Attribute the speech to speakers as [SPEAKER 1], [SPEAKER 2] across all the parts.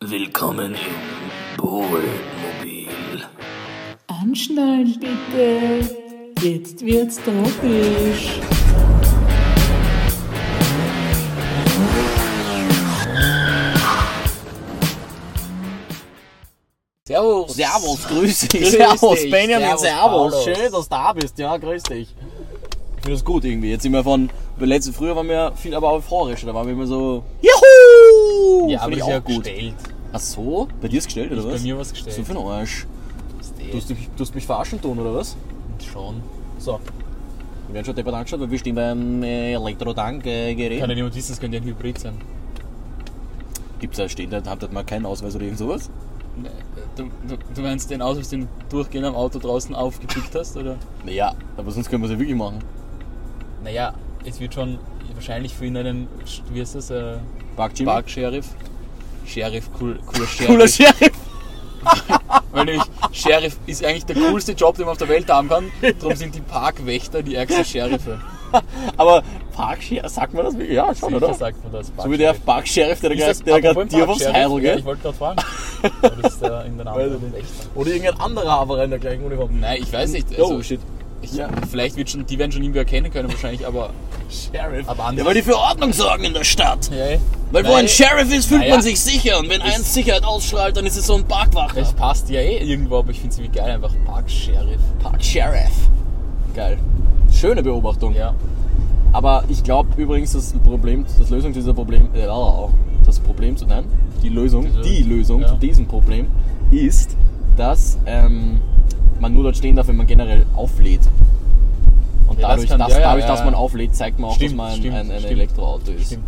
[SPEAKER 1] Willkommen im Polmobil.
[SPEAKER 2] Anschnallen bitte. Jetzt wird's tropisch.
[SPEAKER 3] Servus.
[SPEAKER 4] Servus, grüß dich.
[SPEAKER 3] Servus,
[SPEAKER 4] dich.
[SPEAKER 3] Benjamin, servus.
[SPEAKER 4] Paolo.
[SPEAKER 3] Schön, dass du da bist. Ja, grüß dich. Ich finde das gut irgendwie. Jetzt sind wir von, letzte früher waren wir viel aber euphorisch. Da waren wir immer so,
[SPEAKER 4] Juhu!
[SPEAKER 3] Ja, aber ist ja gut.
[SPEAKER 4] Gestellt.
[SPEAKER 3] ach so, bei dir ist gestellt oder was?
[SPEAKER 4] Bei mir was
[SPEAKER 3] was
[SPEAKER 4] gestellt.
[SPEAKER 3] so für ein Arsch. Du hast, dich, du hast mich verarschen tun oder was?
[SPEAKER 4] Schon.
[SPEAKER 3] So. Wir werden schon deppert angeschaut, weil wir stehen beim
[SPEAKER 4] Kann
[SPEAKER 3] äh,
[SPEAKER 4] ja
[SPEAKER 3] Elektrotank-Gerät.
[SPEAKER 4] nicht nur dieses, könnte ja ein Hybrid sein.
[SPEAKER 3] Gibt's da stehen, da habt ihr mal keinen Ausweis oder irgend sowas?
[SPEAKER 4] Du, du, du meinst den Ausweis, den du durchgehend am Auto draußen aufgepickt hast, oder?
[SPEAKER 3] Naja, aber sonst können wir es ja wirklich machen.
[SPEAKER 4] Naja, es wird schon wahrscheinlich für ihn einen, wie heißt das, äh,
[SPEAKER 3] Park Jimmy.
[SPEAKER 4] Park-Sheriff. Sheriff, cool, cooler Sheriff.
[SPEAKER 3] Cooler Sheriff.
[SPEAKER 4] Weil nämlich Sheriff ist eigentlich der coolste Job, den man auf der Welt haben kann. Darum sind die Parkwächter die ärgsten Sheriffe.
[SPEAKER 3] Aber Park Sheriff, sagt man das wirklich? Ja, schon,
[SPEAKER 4] Sicher
[SPEAKER 3] oder?
[SPEAKER 4] sagt man das.
[SPEAKER 3] So wie der Park Sheriff, der
[SPEAKER 4] Ist das
[SPEAKER 3] gerade der gerade
[SPEAKER 4] apropos im
[SPEAKER 3] dir aufs
[SPEAKER 4] Park-Sheriff?
[SPEAKER 3] Heidel,
[SPEAKER 4] Ja,
[SPEAKER 3] gell?
[SPEAKER 4] ich wollte gerade fragen. Aber das ist der in der
[SPEAKER 3] Weiß
[SPEAKER 4] Name.
[SPEAKER 3] ich Oder irgendein anderer Hafer in der gleichen Uniform.
[SPEAKER 4] Nein, ich weiß nicht.
[SPEAKER 3] Also,
[SPEAKER 4] Also,
[SPEAKER 3] oh shit.
[SPEAKER 4] ich,
[SPEAKER 3] ja.
[SPEAKER 4] Vielleicht wird schon, die werden schon irgendwie erkennen können wahrscheinlich, aber.
[SPEAKER 3] Sheriff.
[SPEAKER 4] Aber
[SPEAKER 3] Der
[SPEAKER 4] anders-
[SPEAKER 3] wollte für Ordnung sorgen in der Stadt.
[SPEAKER 4] Ja,
[SPEAKER 3] Weil wo
[SPEAKER 4] Nein.
[SPEAKER 3] ein Sheriff ist, fühlt
[SPEAKER 4] Naja.
[SPEAKER 3] man sich sicher. Und wenn eins Sicherheit ausstrahlt, dann ist es so ein Parkwachter.
[SPEAKER 4] Es passt ja eh irgendwo, aber ich finde es irgendwie geil, einfach Park-Sheriff.
[SPEAKER 3] Park Sheriff. Geil. Schöne Beobachtung.
[SPEAKER 4] Ja.
[SPEAKER 3] Aber ich glaube übrigens, das Problem, das Lösung dieser Problem, äh, das Problem zu nein, die Lösung,
[SPEAKER 4] Diese-
[SPEAKER 3] die Lösung
[SPEAKER 4] ja.
[SPEAKER 3] zu diesem Problem ist, dass ähm, man nur dort stehen darf, wenn man generell auflädt. Und
[SPEAKER 4] Ja, das
[SPEAKER 3] dadurch,
[SPEAKER 4] kann-
[SPEAKER 3] dass,
[SPEAKER 4] ja, ja,
[SPEAKER 3] dadurch,
[SPEAKER 4] ja,
[SPEAKER 3] dass
[SPEAKER 4] ja.
[SPEAKER 3] man auflädt, zeigt man auch, dass
[SPEAKER 4] Stimmt,
[SPEAKER 3] man ein-
[SPEAKER 4] stimmt,
[SPEAKER 3] ein, ein
[SPEAKER 4] stimmt.
[SPEAKER 3] Elektroauto ist.
[SPEAKER 4] Stimmt.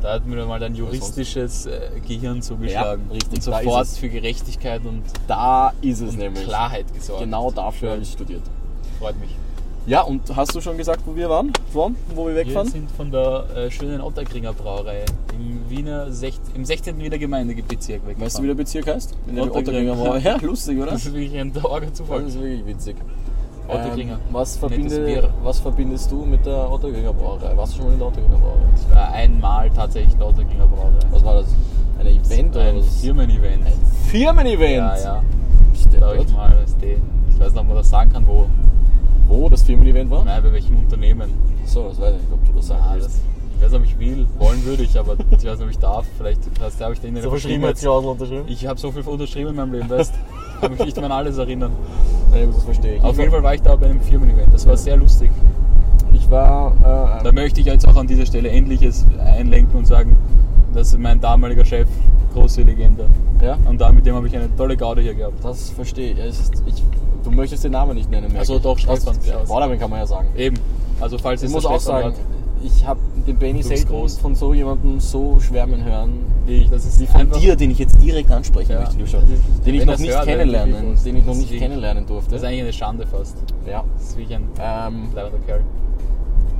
[SPEAKER 4] Da hat mir mal dein juristisches äh, Gehirn zugeschlagen.
[SPEAKER 3] Ja, richtig,
[SPEAKER 4] Und
[SPEAKER 3] da
[SPEAKER 4] Sofort
[SPEAKER 3] ist es.
[SPEAKER 4] für Gerechtigkeit und
[SPEAKER 3] Da ist es nämlich.
[SPEAKER 4] Klarheit gesorgt.
[SPEAKER 3] Genau dafür habe ich studiert.
[SPEAKER 4] Freut mich.
[SPEAKER 3] Ja, und hast du schon gesagt, wo wir waren? Waren? Wo wir
[SPEAKER 4] Wir
[SPEAKER 3] wegfahren?
[SPEAKER 4] sind von der äh, schönen Otterkringer Brauerei im, Wiener Sech im 16. Wiener Gemeindegebezirk weg.
[SPEAKER 3] Weißt du, wie der Bezirk heißt? In der
[SPEAKER 4] Otterkringer.
[SPEAKER 3] Otterkringer war. Ja, lustig, oder?
[SPEAKER 4] Das ist wirklich ein Orga
[SPEAKER 3] Das
[SPEAKER 4] Zufall.
[SPEAKER 3] ist wirklich witzig.
[SPEAKER 4] Otterkringer.
[SPEAKER 3] Ähm, was,
[SPEAKER 4] Nettes
[SPEAKER 3] verbinde,
[SPEAKER 4] Bier.
[SPEAKER 3] was verbindest du mit der Otterkringer Brauerei? Warst du schon mal in der Otterkringer Brauerei?
[SPEAKER 4] Ich war einmal tatsächlich in der Otterkringer Brauerei.
[SPEAKER 3] Was war das? Ein Event oder
[SPEAKER 4] Also Ein
[SPEAKER 3] was?
[SPEAKER 4] Firmen-Event.
[SPEAKER 3] Firmen-Event!
[SPEAKER 4] Ja, ja.
[SPEAKER 3] Bist du
[SPEAKER 4] Da ich
[SPEAKER 3] deppert?
[SPEAKER 4] mal, weißt du, ich weiß nicht, ob man das sagen kann, wo.
[SPEAKER 3] Wo das Firmen-Event war?
[SPEAKER 4] Nein, bei welchem Unternehmen.
[SPEAKER 3] So, das weiß ich nicht, ob du das sagen
[SPEAKER 4] Ah, das,
[SPEAKER 3] willst.
[SPEAKER 4] ich weiß nicht, ob ich will, wollen würde ich, aber ich weiß nicht, ob ich darf. Vielleicht hast du, habe ich da in der
[SPEAKER 3] unterschrieben?
[SPEAKER 4] Ich habe so viel unterschrieben in meinem Leben, weißt du. Ich kann mich nicht mehr an alles erinnern.
[SPEAKER 3] Nein, das verstehe ich.
[SPEAKER 4] Auf
[SPEAKER 3] ich
[SPEAKER 4] jeden
[SPEAKER 3] war,
[SPEAKER 4] Fall war ich da bei einem Firmen-Event. Das war sehr lustig.
[SPEAKER 3] Ich war. Äh,
[SPEAKER 4] Da möchte ich jetzt auch an dieser Stelle endliches einlenken und sagen, dass mein damaliger Chef, große Legende.
[SPEAKER 3] ja?
[SPEAKER 4] Und da mit dem habe ich eine tolle Garde hier gehabt.
[SPEAKER 3] Das verstehe ich. Es ist- ich. Du möchtest den Namen nicht nennen, merke
[SPEAKER 4] Ach so, Also
[SPEAKER 3] ich.
[SPEAKER 4] doch, Stefan.
[SPEAKER 3] Ja, Vornamen kann man ja sagen.
[SPEAKER 4] Eben. Also falls
[SPEAKER 3] Ich
[SPEAKER 4] es
[SPEAKER 3] muss
[SPEAKER 4] der
[SPEAKER 3] auch
[SPEAKER 4] Stefan
[SPEAKER 3] sagen,
[SPEAKER 4] hört,
[SPEAKER 3] ich habe den Benny
[SPEAKER 4] Du bist
[SPEAKER 3] selten
[SPEAKER 4] groß.
[SPEAKER 3] von so jemandem so schwärmen hören
[SPEAKER 4] ich, das ist
[SPEAKER 3] von
[SPEAKER 4] einfach,
[SPEAKER 3] dir, den ich jetzt direkt ansprechen
[SPEAKER 4] Ja.
[SPEAKER 3] möchte, lieber Schatz. Den
[SPEAKER 4] Wenn
[SPEAKER 3] Also ich noch
[SPEAKER 4] das
[SPEAKER 3] nicht
[SPEAKER 4] hört, dann
[SPEAKER 3] kennenlernen,
[SPEAKER 4] ist
[SPEAKER 3] den ich noch
[SPEAKER 4] das
[SPEAKER 3] nicht
[SPEAKER 4] wirklich-
[SPEAKER 3] kennenlernen durfte.
[SPEAKER 4] Das ist eigentlich eine Schande fast.
[SPEAKER 3] ja.
[SPEAKER 4] Das ist wirklich ein
[SPEAKER 3] Ähm,
[SPEAKER 4] bleibender Kerl.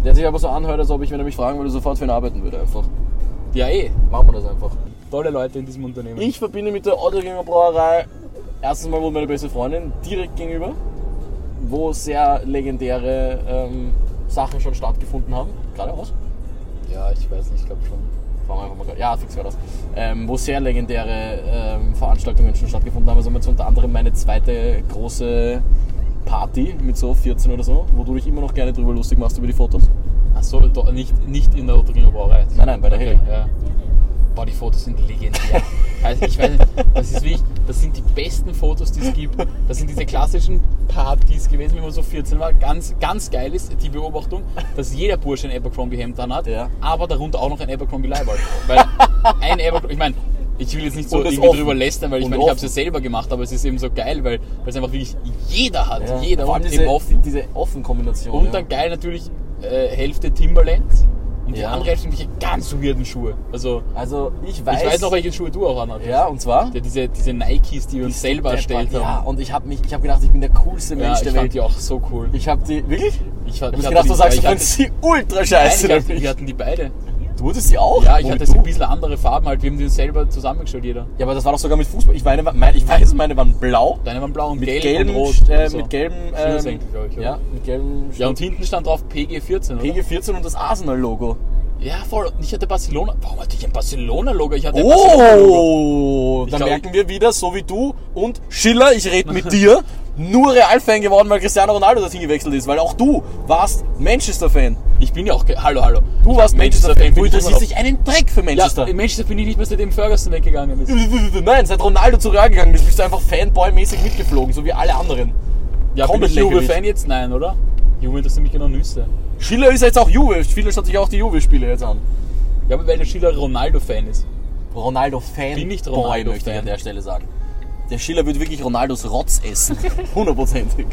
[SPEAKER 3] der sich aber so anhört, als ob ich, wenn er mich fragen würde, sofort für ihn arbeiten würde. Einfach.
[SPEAKER 4] Ja eh,
[SPEAKER 3] Machen wir das einfach.
[SPEAKER 4] tolle Leute in diesem Unternehmen.
[SPEAKER 3] Ich verbinde mit der Ottergänger Brauerei erstens mal wohl meine beste Freundin direkt gegenüber, wo sehr legendäre ähm, Sachen schon stattgefunden haben. Geradeaus.
[SPEAKER 4] Ja, ich weiß nicht, ich glaube schon.
[SPEAKER 3] Fahren wir einfach mal gerade. Ja, fix war das. Ähm, wo sehr legendäre ähm, Veranstaltungen schon stattgefunden haben. Also haben wir jetzt unter anderem meine zweite große Party mit so 14 oder so, wo du dich immer noch gerne drüber lustig machst über die Fotos.
[SPEAKER 4] Achso, nicht, nicht in der Otterkringer Brauerei.
[SPEAKER 3] Nein, nein, bei der Heli.
[SPEAKER 4] Ja. Boah, die Fotos sind legendär. also, ich weiß nicht, das ist wirklich, das sind die besten Fotos, die es gibt. Das sind diese klassischen Partys gewesen, wenn man so 14 war. Ganz, ganz geil ist die Beobachtung, dass jeder Bursche ein Abercrombie-Hemd an hat,
[SPEAKER 3] Ja.
[SPEAKER 4] aber darunter auch noch ein Abercrombie-Leibwald. Weil ein Abercrombie, ich meine, ich will jetzt nicht so
[SPEAKER 3] Und ist
[SPEAKER 4] irgendwie
[SPEAKER 3] offen.
[SPEAKER 4] drüber lästern, weil ich
[SPEAKER 3] Und
[SPEAKER 4] meine, ich habe es ja
[SPEAKER 3] offen.
[SPEAKER 4] selber gemacht, aber es ist eben so geil, weil weil es einfach wirklich jeder hat. Jeder
[SPEAKER 3] Vor allem
[SPEAKER 4] und
[SPEAKER 3] diese,
[SPEAKER 4] eben offen.
[SPEAKER 3] diese offen Kombination.
[SPEAKER 4] Und dann geil natürlich äh, Hälfte Timberlands und die
[SPEAKER 3] Ja.
[SPEAKER 4] andere Hälfte irgendwelche ganz weirden Schuhe. Also
[SPEAKER 3] ja. Also ich weiß,
[SPEAKER 4] ich weiß noch, welche Schuhe du auch anhattest.
[SPEAKER 3] Ja, und zwar?
[SPEAKER 4] Ja, diese, diese Nikes, die wir uns selber erstellt
[SPEAKER 3] Ja,
[SPEAKER 4] haben.
[SPEAKER 3] und ich habe mich, ich habe gedacht, ich bin der coolste
[SPEAKER 4] Ja,
[SPEAKER 3] Mensch
[SPEAKER 4] ich
[SPEAKER 3] der
[SPEAKER 4] fand
[SPEAKER 3] Welt.
[SPEAKER 4] die auch so cool.
[SPEAKER 3] Ich habe die, wirklich?
[SPEAKER 4] Ich, fand-
[SPEAKER 3] Ich hab
[SPEAKER 4] hatte
[SPEAKER 3] gedacht,
[SPEAKER 4] die-
[SPEAKER 3] du sagst,
[SPEAKER 4] ich
[SPEAKER 3] du
[SPEAKER 4] hatte,
[SPEAKER 3] findest sie ultra
[SPEAKER 4] nein,
[SPEAKER 3] scheiße.
[SPEAKER 4] ich hatte, wir
[SPEAKER 3] oder
[SPEAKER 4] hatten die beide.
[SPEAKER 3] wie? du hattest sie auch?
[SPEAKER 4] Ja, ich
[SPEAKER 3] Womit
[SPEAKER 4] hatte so
[SPEAKER 3] du?
[SPEAKER 4] ein bisschen andere Farben halt. Wir haben die uns selber zusammengestellt, jeder.
[SPEAKER 3] Ja, aber das war doch sogar mit Fußball. Ich, meine, meine, ich weiß, meine waren blau.
[SPEAKER 4] Deine waren blau und
[SPEAKER 3] Mit
[SPEAKER 4] gelb
[SPEAKER 3] gelben,
[SPEAKER 4] und rot.
[SPEAKER 3] äh,
[SPEAKER 4] So.
[SPEAKER 3] mit gelben,
[SPEAKER 4] Schnürsenkel, glaub ich, oder?
[SPEAKER 3] ja, mit gelben
[SPEAKER 4] ja, und hinten stand drauf PG14, oder?
[SPEAKER 3] PG14 und das Arsenal-Logo.
[SPEAKER 4] Ja, voll. Und ich hatte Barcelona. Warum hatte ich ein Barcelona-Logo? Ich hatte ein Barcelona-Logo.
[SPEAKER 3] Oh, da
[SPEAKER 4] glaub,
[SPEAKER 3] Oh! merken wir wieder, so wie du und Schiller, ich rede mit dir, nur Real-Fan geworden, weil Cristiano Ronaldo das hingewechselt ist, weil auch du warst Manchester-Fan.
[SPEAKER 4] Ich bin ja auch. ge- Hallo, hallo.
[SPEAKER 3] Du warst Manchester-Fan,
[SPEAKER 4] bin
[SPEAKER 3] du
[SPEAKER 4] ich immer noch.
[SPEAKER 3] interessierst dich einen Dreck für
[SPEAKER 4] Ja,
[SPEAKER 3] Manchester.
[SPEAKER 4] in Manchester bin ich nicht mehr, seitdem Ferguson weggegangen ist.
[SPEAKER 3] Nein, seit Ronaldo zu Real gegangen bist, bist du einfach Fanboy-mäßig mitgeflogen, so wie alle anderen.
[SPEAKER 4] Ja, bin
[SPEAKER 3] Komplett
[SPEAKER 4] ich Juve-Fan
[SPEAKER 3] lächerlich.
[SPEAKER 4] jetzt? Nein, oder? Juve interessiert mich genau Nüsse.
[SPEAKER 3] Schiller ist jetzt auch Juve, Schiller schaut sich auch die Juve-Spiele jetzt an.
[SPEAKER 4] Ja, aber weil der Schiller Ronaldo-Fan ist.
[SPEAKER 3] Ronaldo-Fan.
[SPEAKER 4] Bin nicht
[SPEAKER 3] Boy, möchte ich
[SPEAKER 4] Ronaldo-Fan.
[SPEAKER 3] an der Stelle sagen. Der Schiller wird wirklich Ronaldos Rotz essen. Hundertprozentig.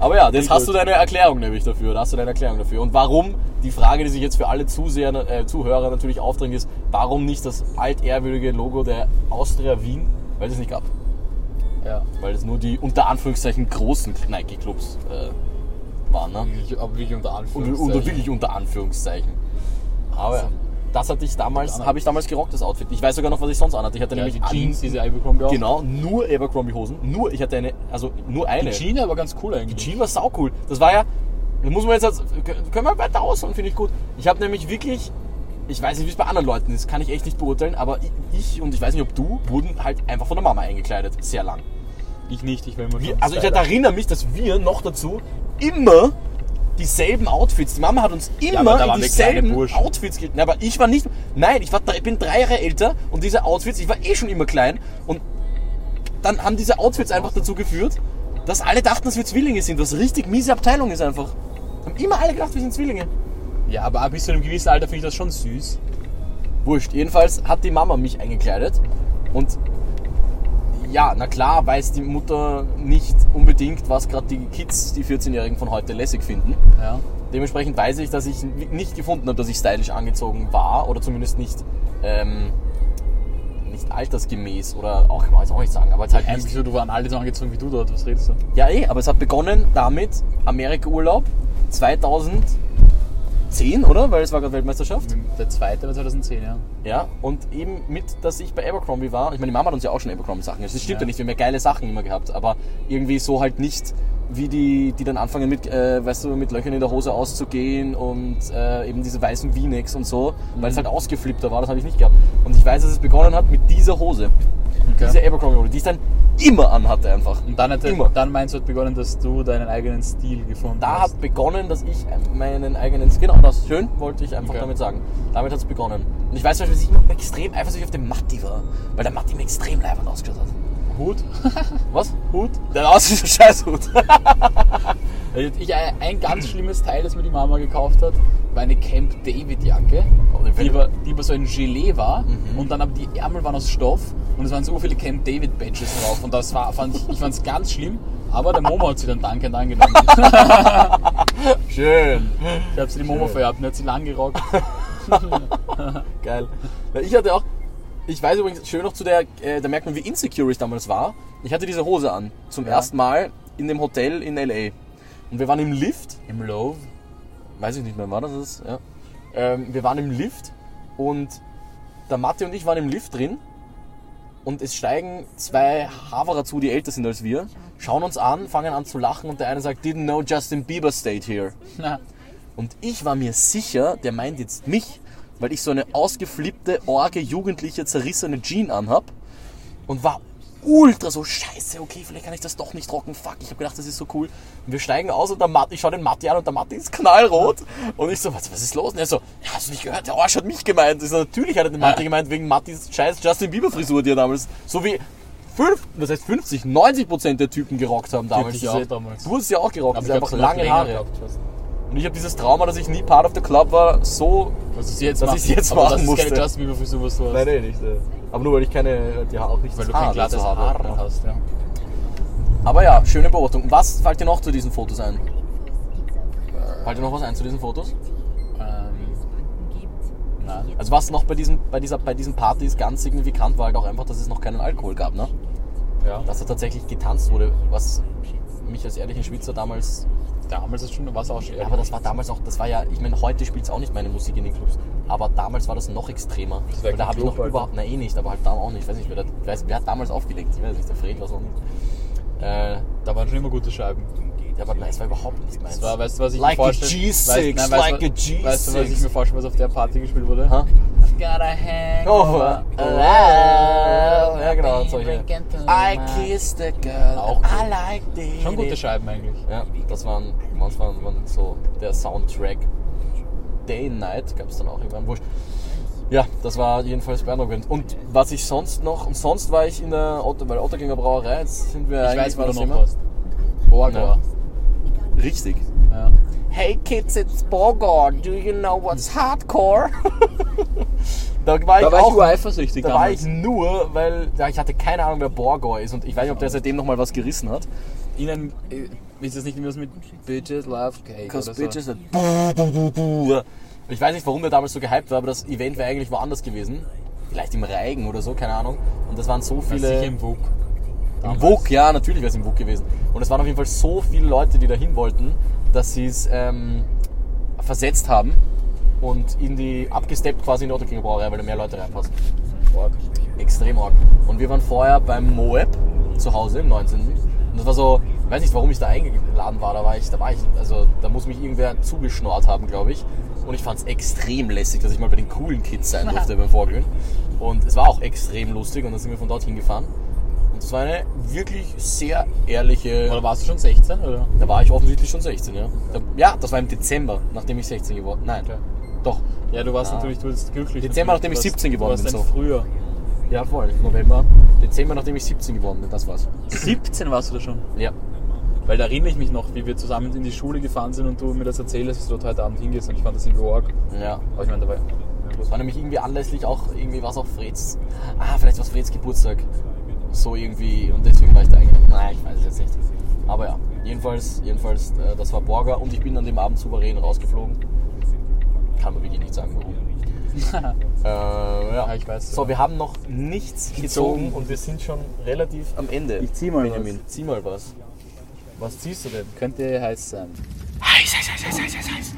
[SPEAKER 3] Aber ja, jetzt hast du
[SPEAKER 4] gut.
[SPEAKER 3] deine Erklärung nämlich dafür. Da hast du deine Erklärung dafür. Und warum, die Frage, die sich jetzt für alle Zuseher, äh, Zuhörer natürlich aufdrängt, ist, warum nicht das altehrwürdige Logo der Austria Wien? Weil es nicht gab.
[SPEAKER 4] Ja.
[SPEAKER 3] Weil es nur die unter Anführungszeichen großen Nike-Clubs äh, waren. Ne?
[SPEAKER 4] Wirklich- Aber wirklich unter
[SPEAKER 3] Und,
[SPEAKER 4] Anführungszeichen.
[SPEAKER 3] und wirklich unter Anführungszeichen. Aber ja, das hatte ich damals, habe ich damals gerockt, das Outfit. Ich weiß sogar noch, was ich sonst anhatte. Ich hatte
[SPEAKER 4] ja,
[SPEAKER 3] nämlich
[SPEAKER 4] die
[SPEAKER 3] an-
[SPEAKER 4] Jeans, diese Ivy Combi auch.
[SPEAKER 3] Genau, nur Abercrombie-Hosen. Nur, ich hatte eine, also nur eine.
[SPEAKER 4] Die Jeans aber ganz cool eigentlich.
[SPEAKER 3] Jean war saucool. Das war ja, das muss man jetzt, als, können wir weiter ausholen, finde ich gut. Ich habe nämlich wirklich, ich weiß nicht, wie es bei anderen Leuten ist, kann ich echt nicht beurteilen, aber ich, ich und ich weiß nicht, ob du, wurden halt einfach von der Mama eingekleidet. Sehr lang.
[SPEAKER 4] Ich nicht, ich war immer
[SPEAKER 3] Wir,
[SPEAKER 4] schon
[SPEAKER 3] also ich
[SPEAKER 4] Styler.
[SPEAKER 3] erinnere mich, dass wir noch dazu immer dieselben Outfits. Die Mama hat uns
[SPEAKER 4] aber
[SPEAKER 3] immer
[SPEAKER 4] da
[SPEAKER 3] in
[SPEAKER 4] waren wir kleine
[SPEAKER 3] dieselben
[SPEAKER 4] Burschen.
[SPEAKER 3] Outfits gekleidet. Nein, aber ich war nicht. Nein, ich, war, drei- ich bin drei Jahre älter und diese Outfits, ich war eh schon immer klein. Und dann haben diese Outfits einfach dazu geführt, dass alle dachten, dass wir Zwillinge sind, was richtig miese Abteilung ist einfach. Haben immer alle gedacht, wir sind Zwillinge.
[SPEAKER 4] Ja, aber bis zu einem gewissen Alter finde ich das schon süß.
[SPEAKER 3] Wurscht. Jedenfalls hat die Mama mich eingekleidet und ja, na klar weiß die Mutter nicht unbedingt, was gerade die Kids, die 14-Jährigen von heute lässig finden.
[SPEAKER 4] Ja.
[SPEAKER 3] Dementsprechend weiß ich, dass ich nicht gefunden habe, dass ich stylisch angezogen war oder zumindest nicht, ähm, nicht altersgemäß oder auch kann man jetzt auch nicht sagen, aber es halt
[SPEAKER 4] Eigentlich
[SPEAKER 3] nicht.
[SPEAKER 4] so, du waren alle so angezogen wie du dort, was redest du?
[SPEAKER 3] Ja, eh, aber es hat begonnen damit, Amerika-Urlaub 2010, oder? Weil es war gerade Weltmeisterschaft.
[SPEAKER 4] Der zweite war 2010, ja.
[SPEAKER 3] Ja, und eben mit, dass ich bei Abercrombie war. Ich meine, die Mama hat uns ja auch schon Abercrombie-Sachen. Das stimmt ja.
[SPEAKER 4] Ja.
[SPEAKER 3] nicht, wir haben ja geile Sachen immer gehabt, aber irgendwie so halt nicht, wie die, die dann anfangen mit, äh, weißt du, mit Löchern in der Hose auszugehen und äh, eben diese weißen V-Necks und so, weil es
[SPEAKER 4] Mhm.
[SPEAKER 3] halt ausgeflippter war, das habe ich nicht gehabt. Und ich weiß, dass es begonnen hat mit dieser Hose, diese Abercrombie-Hose, die ich dann immer anhatte einfach.
[SPEAKER 4] Und dann, hat er,
[SPEAKER 3] Immer.
[SPEAKER 4] dann meinst du, hat begonnen, dass du deinen eigenen Stil gefunden
[SPEAKER 3] Da
[SPEAKER 4] hast.
[SPEAKER 3] hat begonnen, dass ich äh, meinen eigenen. Genau, das schön, wollte ich einfach
[SPEAKER 4] Okay.
[SPEAKER 3] damit sagen. Damit hat es begonnen. Und ich weiß zum Beispiel, dass ich immer extrem eifersüchtig auf den Matti war, weil der Matti mir extrem leibend ausgeschaut hat.
[SPEAKER 4] Hut?
[SPEAKER 3] Was? Hut? Der aus ist ein Scheißhut.
[SPEAKER 4] Also Ich, äh, ein ganz schlimmes Teil, das mir die Mama gekauft hat, war eine Camp David Jacke,
[SPEAKER 3] Oh, den Mhm.
[SPEAKER 4] die
[SPEAKER 3] find-
[SPEAKER 4] über, die über so ein Gelee war und dann aber die Ärmel waren aus Stoff und es waren so viele Camp David Badges drauf und das war, fand ich, ich fand es ganz schlimm, aber der Momo hat sie dann dankend angenommen.
[SPEAKER 3] Schön.
[SPEAKER 4] Ich habe sie die Momo vererbt und hat sie lang gerockt.
[SPEAKER 3] Geil. Na, Ich hatte auch. Ich weiß übrigens schön noch zu der, äh, da merkt man, wie insecure ich damals war. Ich hatte diese Hose an. Zum
[SPEAKER 4] Ja.
[SPEAKER 3] ersten Mal in dem Hotel in L.A. Und wir waren im Lift
[SPEAKER 4] Im Love?
[SPEAKER 3] weiß ich nicht mehr, war das es? Ja. Ähm, wir waren im Lift und der Matti und ich waren im Lift drin und es steigen zwei Haverer zu, die älter sind als wir, schauen uns an, fangen an zu lachen und der eine sagt, didn't know Justin Bieber stayed here.
[SPEAKER 4] Na,
[SPEAKER 3] Und ich war mir sicher, der meint jetzt mich, weil ich so eine ausgeflippte, orge, jugendliche, zerrissene Jean anhab und war ultra so, scheiße, okay, vielleicht kann ich das doch nicht rocken, fuck, ich habe gedacht, das ist so cool. Und wir steigen aus und der Matti, ich schaue den Matti an und der Matti ist knallrot und ich so, was, was ist los? Und er so, ja, hast du nicht gehört, der Arsch hat mich gemeint. Ich so, natürlich hat er den Matti gemeint, wegen Mattis scheiß Justin Bieber Frisur, die er damals, so wie... Fünf, was heißt 50, 90 Prozent der Typen gerockt haben damals.
[SPEAKER 4] ich auch damals.
[SPEAKER 3] Du hast ja auch gerockt, diese
[SPEAKER 4] ich hab
[SPEAKER 3] einfach
[SPEAKER 4] sie noch
[SPEAKER 3] lange
[SPEAKER 4] länger
[SPEAKER 3] Haare.
[SPEAKER 4] gehabt fast.
[SPEAKER 3] Und ich habe dieses Trauma, dass ich nie Part of the Club war, so.
[SPEAKER 4] Was ist jetzt
[SPEAKER 3] Dass
[SPEAKER 4] machen?
[SPEAKER 3] ich's jetzt
[SPEAKER 4] aber
[SPEAKER 3] machen
[SPEAKER 4] das
[SPEAKER 3] musste.
[SPEAKER 4] ist keine Justin Bieber Frisur, was du hast.
[SPEAKER 3] eh nicht. Aber nur weil ich keine, äh, die auch nicht
[SPEAKER 4] weil du kein glattes Haar mehr hast, ja.
[SPEAKER 3] Aber ja, schöne Beobachtung. Was fällt dir noch zu diesen Fotos ein? Fällt dir noch was ein zu diesen Fotos?
[SPEAKER 4] Ähm, nein.
[SPEAKER 3] Also was noch bei diesen, bei dieser, bei diesen Partys ganz signifikant war halt auch einfach, dass es noch keinen Alkohol gab, ne?
[SPEAKER 4] Ja.
[SPEAKER 3] Dass da tatsächlich getanzt wurde, was mich als ehrlichen Schweizer damals.
[SPEAKER 4] Damals ist schon, war es auch schon.
[SPEAKER 3] Ja, aber das war damals auch, das war ja, ich meine, heute spielt es auch nicht meine Musik in den Clubs, aber damals war das noch extremer.
[SPEAKER 4] Das war
[SPEAKER 3] Weil da
[SPEAKER 4] kein
[SPEAKER 3] habe ich noch
[SPEAKER 4] Club, also. Alter.
[SPEAKER 3] überhaupt, na eh nicht, aber halt da auch nicht, ich weiß nicht, wer, da, ich weiß, wer hat damals aufgelegt, ich weiß nicht, der Fred war es noch nicht. Äh,
[SPEAKER 4] da waren schon immer gute Scheiben.
[SPEAKER 3] Ja, aber nice war überhaupt nicht meins.
[SPEAKER 4] Das war, weißt du, was ich
[SPEAKER 3] Like
[SPEAKER 4] mir vorstelle?
[SPEAKER 3] a G6,
[SPEAKER 4] weißt, nein, weißt,
[SPEAKER 3] like
[SPEAKER 4] du-
[SPEAKER 3] a G6.
[SPEAKER 4] Weißt du, was ich mir vorstelle, was auf der Party gespielt wurde?
[SPEAKER 3] Hä?
[SPEAKER 4] I've got a hang
[SPEAKER 3] Oh,
[SPEAKER 4] over.
[SPEAKER 3] ja, genau, solche.
[SPEAKER 4] I kiss.
[SPEAKER 3] the girl.
[SPEAKER 4] Auch
[SPEAKER 3] I like the.
[SPEAKER 4] Schon gute Scheiben eigentlich.
[SPEAKER 3] Ja, das waren, manchmal waren, waren so der Soundtrack. Day and Night gab es dann auch irgendwann. Wurscht. Ja, das war jedenfalls beeindruckend. Und was ich sonst noch, und sonst war ich in der Otto, bei der Ottergänger Brauerei, jetzt sind wir
[SPEAKER 4] Ich weiß, wo
[SPEAKER 3] war
[SPEAKER 4] du
[SPEAKER 3] das
[SPEAKER 4] noch
[SPEAKER 3] Thema.
[SPEAKER 4] warst. Borgor.
[SPEAKER 3] Richtig.
[SPEAKER 4] Ja.
[SPEAKER 3] Hey kids, it's Bogor. Do you know what's hardcore? da war ich
[SPEAKER 4] Da war ich
[SPEAKER 3] auch.
[SPEAKER 4] eifersüchtig
[SPEAKER 3] da war ich
[SPEAKER 4] damals.
[SPEAKER 3] nur, weil ja, ich hatte keine Ahnung, wer Borgor ist und ich weiß nicht, ob der seitdem nochmal was gerissen hat.
[SPEAKER 4] Ihnen äh, ist das nicht irgendwas mit Bitches Love Cake oder so?
[SPEAKER 3] are buh, buh, buh, buh. Ich weiß nicht, warum der damals so gehypt war, aber das Event wäre eigentlich woanders gewesen. Vielleicht im Reigen oder so, keine Ahnung. Und das waren so
[SPEAKER 4] Na, sicher
[SPEAKER 3] viele.
[SPEAKER 4] im Vogue.
[SPEAKER 3] Im Wok, ja, natürlich wäre es im Wok gewesen. Und es waren auf jeden Fall so viele Leute, die dahin wollten, dass sie es ähm, versetzt haben und in die abgesteppt quasi in die Autokino Brauerei, weil da mehr Leute reinpassen. Extrem arg. Und wir waren vorher beim Moab zu Hause im 19. Und das war so, ich weiß nicht, warum ich da eingeladen war, da war ich, da war ich, also da muss mich irgendwer zugeschnort haben, glaube ich. Und ich fand es extrem lässig, dass ich mal bei den coolen Kids sein durfte beim Vorglühen. Und es war auch extrem lustig und dann sind wir von dorthin gefahren. Und es war eine wirklich sehr
[SPEAKER 4] Oder
[SPEAKER 3] ehrliche.
[SPEAKER 4] warst du schon 16 oder?
[SPEAKER 3] Da war ich offensichtlich schon 16, ja. Da, ja, das war im Dezember, nachdem ich 16 geworden Nein,
[SPEAKER 4] Okay.
[SPEAKER 3] doch.
[SPEAKER 4] Ja, du warst
[SPEAKER 3] Ah.
[SPEAKER 4] natürlich, du bist glücklich.
[SPEAKER 3] Dezember,
[SPEAKER 4] natürlich.
[SPEAKER 3] nachdem
[SPEAKER 4] Du
[SPEAKER 3] ich
[SPEAKER 4] warst-
[SPEAKER 3] 17 geworden
[SPEAKER 4] Du warst
[SPEAKER 3] bin,
[SPEAKER 4] ein
[SPEAKER 3] so.
[SPEAKER 4] früher.
[SPEAKER 3] Ja, voll. November, Dezember, nachdem ich 17 geworden bin, das war's.
[SPEAKER 4] 17 warst du da schon?
[SPEAKER 3] Ja.
[SPEAKER 4] Weil da erinnere ich mich noch, wie wir zusammen in die Schule gefahren sind und du mir das erzählst, dass du dort heute Abend hingehst und ich fand das irgendwie arg.
[SPEAKER 3] Ja.
[SPEAKER 4] Aber ich meine, dabei.
[SPEAKER 3] Das war nämlich irgendwie anlässlich auch, irgendwie war es auch Freds. Ah, vielleicht war es Freds Geburtstag. So irgendwie, und deswegen war ich da eingeladen. Nein, ich weiß es jetzt nicht. Aber ja, jedenfalls, jedenfalls, äh, das war Borger und ich bin an dem Abend souverän rausgeflogen. Kann man wirklich nicht sagen, warum. äh, ja.
[SPEAKER 4] Ja, ich weiß.
[SPEAKER 3] So, wir haben noch nichts gezogen und wir sind schon relativ am Ende.
[SPEAKER 4] Ich zieh mal
[SPEAKER 3] Benjamin, zieh mal was. Was ziehst du denn?
[SPEAKER 4] Könnte heiß sein.
[SPEAKER 1] Heiß, heiß, heiß, heiß, heiß, heiß, heiß.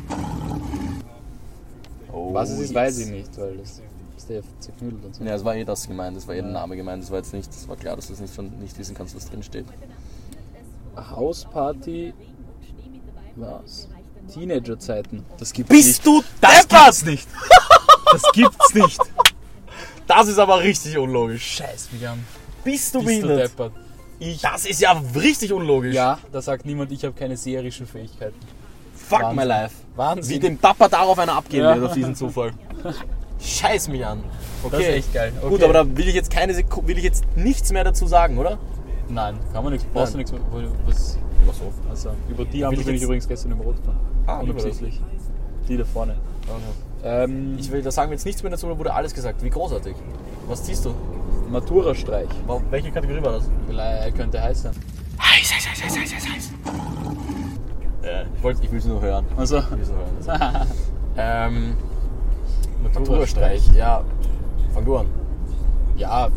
[SPEAKER 3] Oh,
[SPEAKER 4] Was es ist,
[SPEAKER 3] yes.
[SPEAKER 4] weiß ich nicht, weil das ist der zerknüdelt und so.
[SPEAKER 3] Ja, es war eh das gemeint, es war eh der Name gemeint, es war jetzt nicht, es war klar, dass du es nicht, schon nicht wissen kannst, was drin steht.
[SPEAKER 4] Hausparty. Was? Teenagerzeiten. Das gibt's nicht.
[SPEAKER 3] du
[SPEAKER 4] Das gibt's nicht! Das gibt's nicht!
[SPEAKER 3] Das ist aber richtig unlogisch.
[SPEAKER 4] Scheiß mich an.
[SPEAKER 3] Bist du
[SPEAKER 4] Bist du
[SPEAKER 3] behindert?
[SPEAKER 4] deppert.
[SPEAKER 3] Das ist ja richtig unlogisch.
[SPEAKER 4] Ja, da sagt niemand, ich habe keine seherischen Fähigkeiten.
[SPEAKER 3] Fuck
[SPEAKER 4] Wahnsinn.
[SPEAKER 3] my life.
[SPEAKER 4] Wahnsinn.
[SPEAKER 3] Wie dem Papa darauf einer abgehen
[SPEAKER 4] Ja.
[SPEAKER 3] wird auf diesen Zufall. Scheiß mich an. Okay.
[SPEAKER 4] Das ist echt geil. Okay.
[SPEAKER 3] Gut, aber da will ich jetzt keine Seku- will ich jetzt nichts mehr dazu sagen, oder?
[SPEAKER 4] Nein, kann man nichts. Brauchst du
[SPEAKER 3] Nein.
[SPEAKER 4] nichts. wo- Was,
[SPEAKER 3] Immer so.
[SPEAKER 4] also, über die Ampel
[SPEAKER 3] ich
[SPEAKER 4] bin ich
[SPEAKER 3] jetzt-
[SPEAKER 4] übrigens gestern im Rot gefahren.
[SPEAKER 3] Ah,
[SPEAKER 4] Unabsichtlich. Die da vorne. Ähm,
[SPEAKER 3] Ich will, da sagen wir jetzt nichts mehr dazu, da wurde alles gesagt. Wie großartig. Was ziehst du?
[SPEAKER 4] Ähm, Matura-Streich.
[SPEAKER 3] Wa- Welche Kategorie war das?
[SPEAKER 4] Vielleicht könnte heiß sein.
[SPEAKER 1] Heiß, heiß, heiß, heiß, heiß, heiß, heiß.
[SPEAKER 3] Ich wollte, ich will es nur hören.
[SPEAKER 4] Also,
[SPEAKER 3] Ich will's nur hören. ähm,
[SPEAKER 4] Matura-Streich.
[SPEAKER 3] Naturstreich, ja. Fang du an.
[SPEAKER 4] Ja,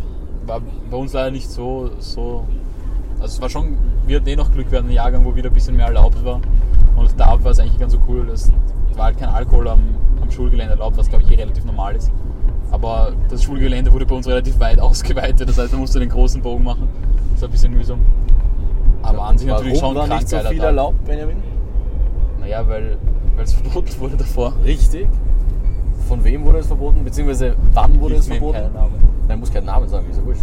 [SPEAKER 4] war bei uns leider nicht so. so also, es war schon. Wir hatten eh noch Glück, wir hatten einen Jahrgang, wo wieder ein bisschen mehr erlaubt war. Und da war es eigentlich ganz so cool. Es war halt kein Alkohol am, am Schulgelände erlaubt, was glaube ich eh relativ normal ist. Aber das Schulgelände wurde bei uns relativ weit ausgeweitet. Das heißt, man musste den großen Bogen machen. Das war ein bisschen mühsam. Aber an sich natürlich schon
[SPEAKER 3] Warum war
[SPEAKER 4] krank
[SPEAKER 3] nicht so
[SPEAKER 4] geiler
[SPEAKER 3] viel
[SPEAKER 4] Tag.
[SPEAKER 3] erlaubt, Benjamin?
[SPEAKER 4] Naja, weil es verboten wurde davor.
[SPEAKER 3] Richtig. Von wem wurde es verboten? Beziehungsweise wann wurde es
[SPEAKER 4] Gib mir
[SPEAKER 3] verboten?
[SPEAKER 4] keinen Namen.
[SPEAKER 3] Nein, muss keinen Namen sagen, ist ja wurscht.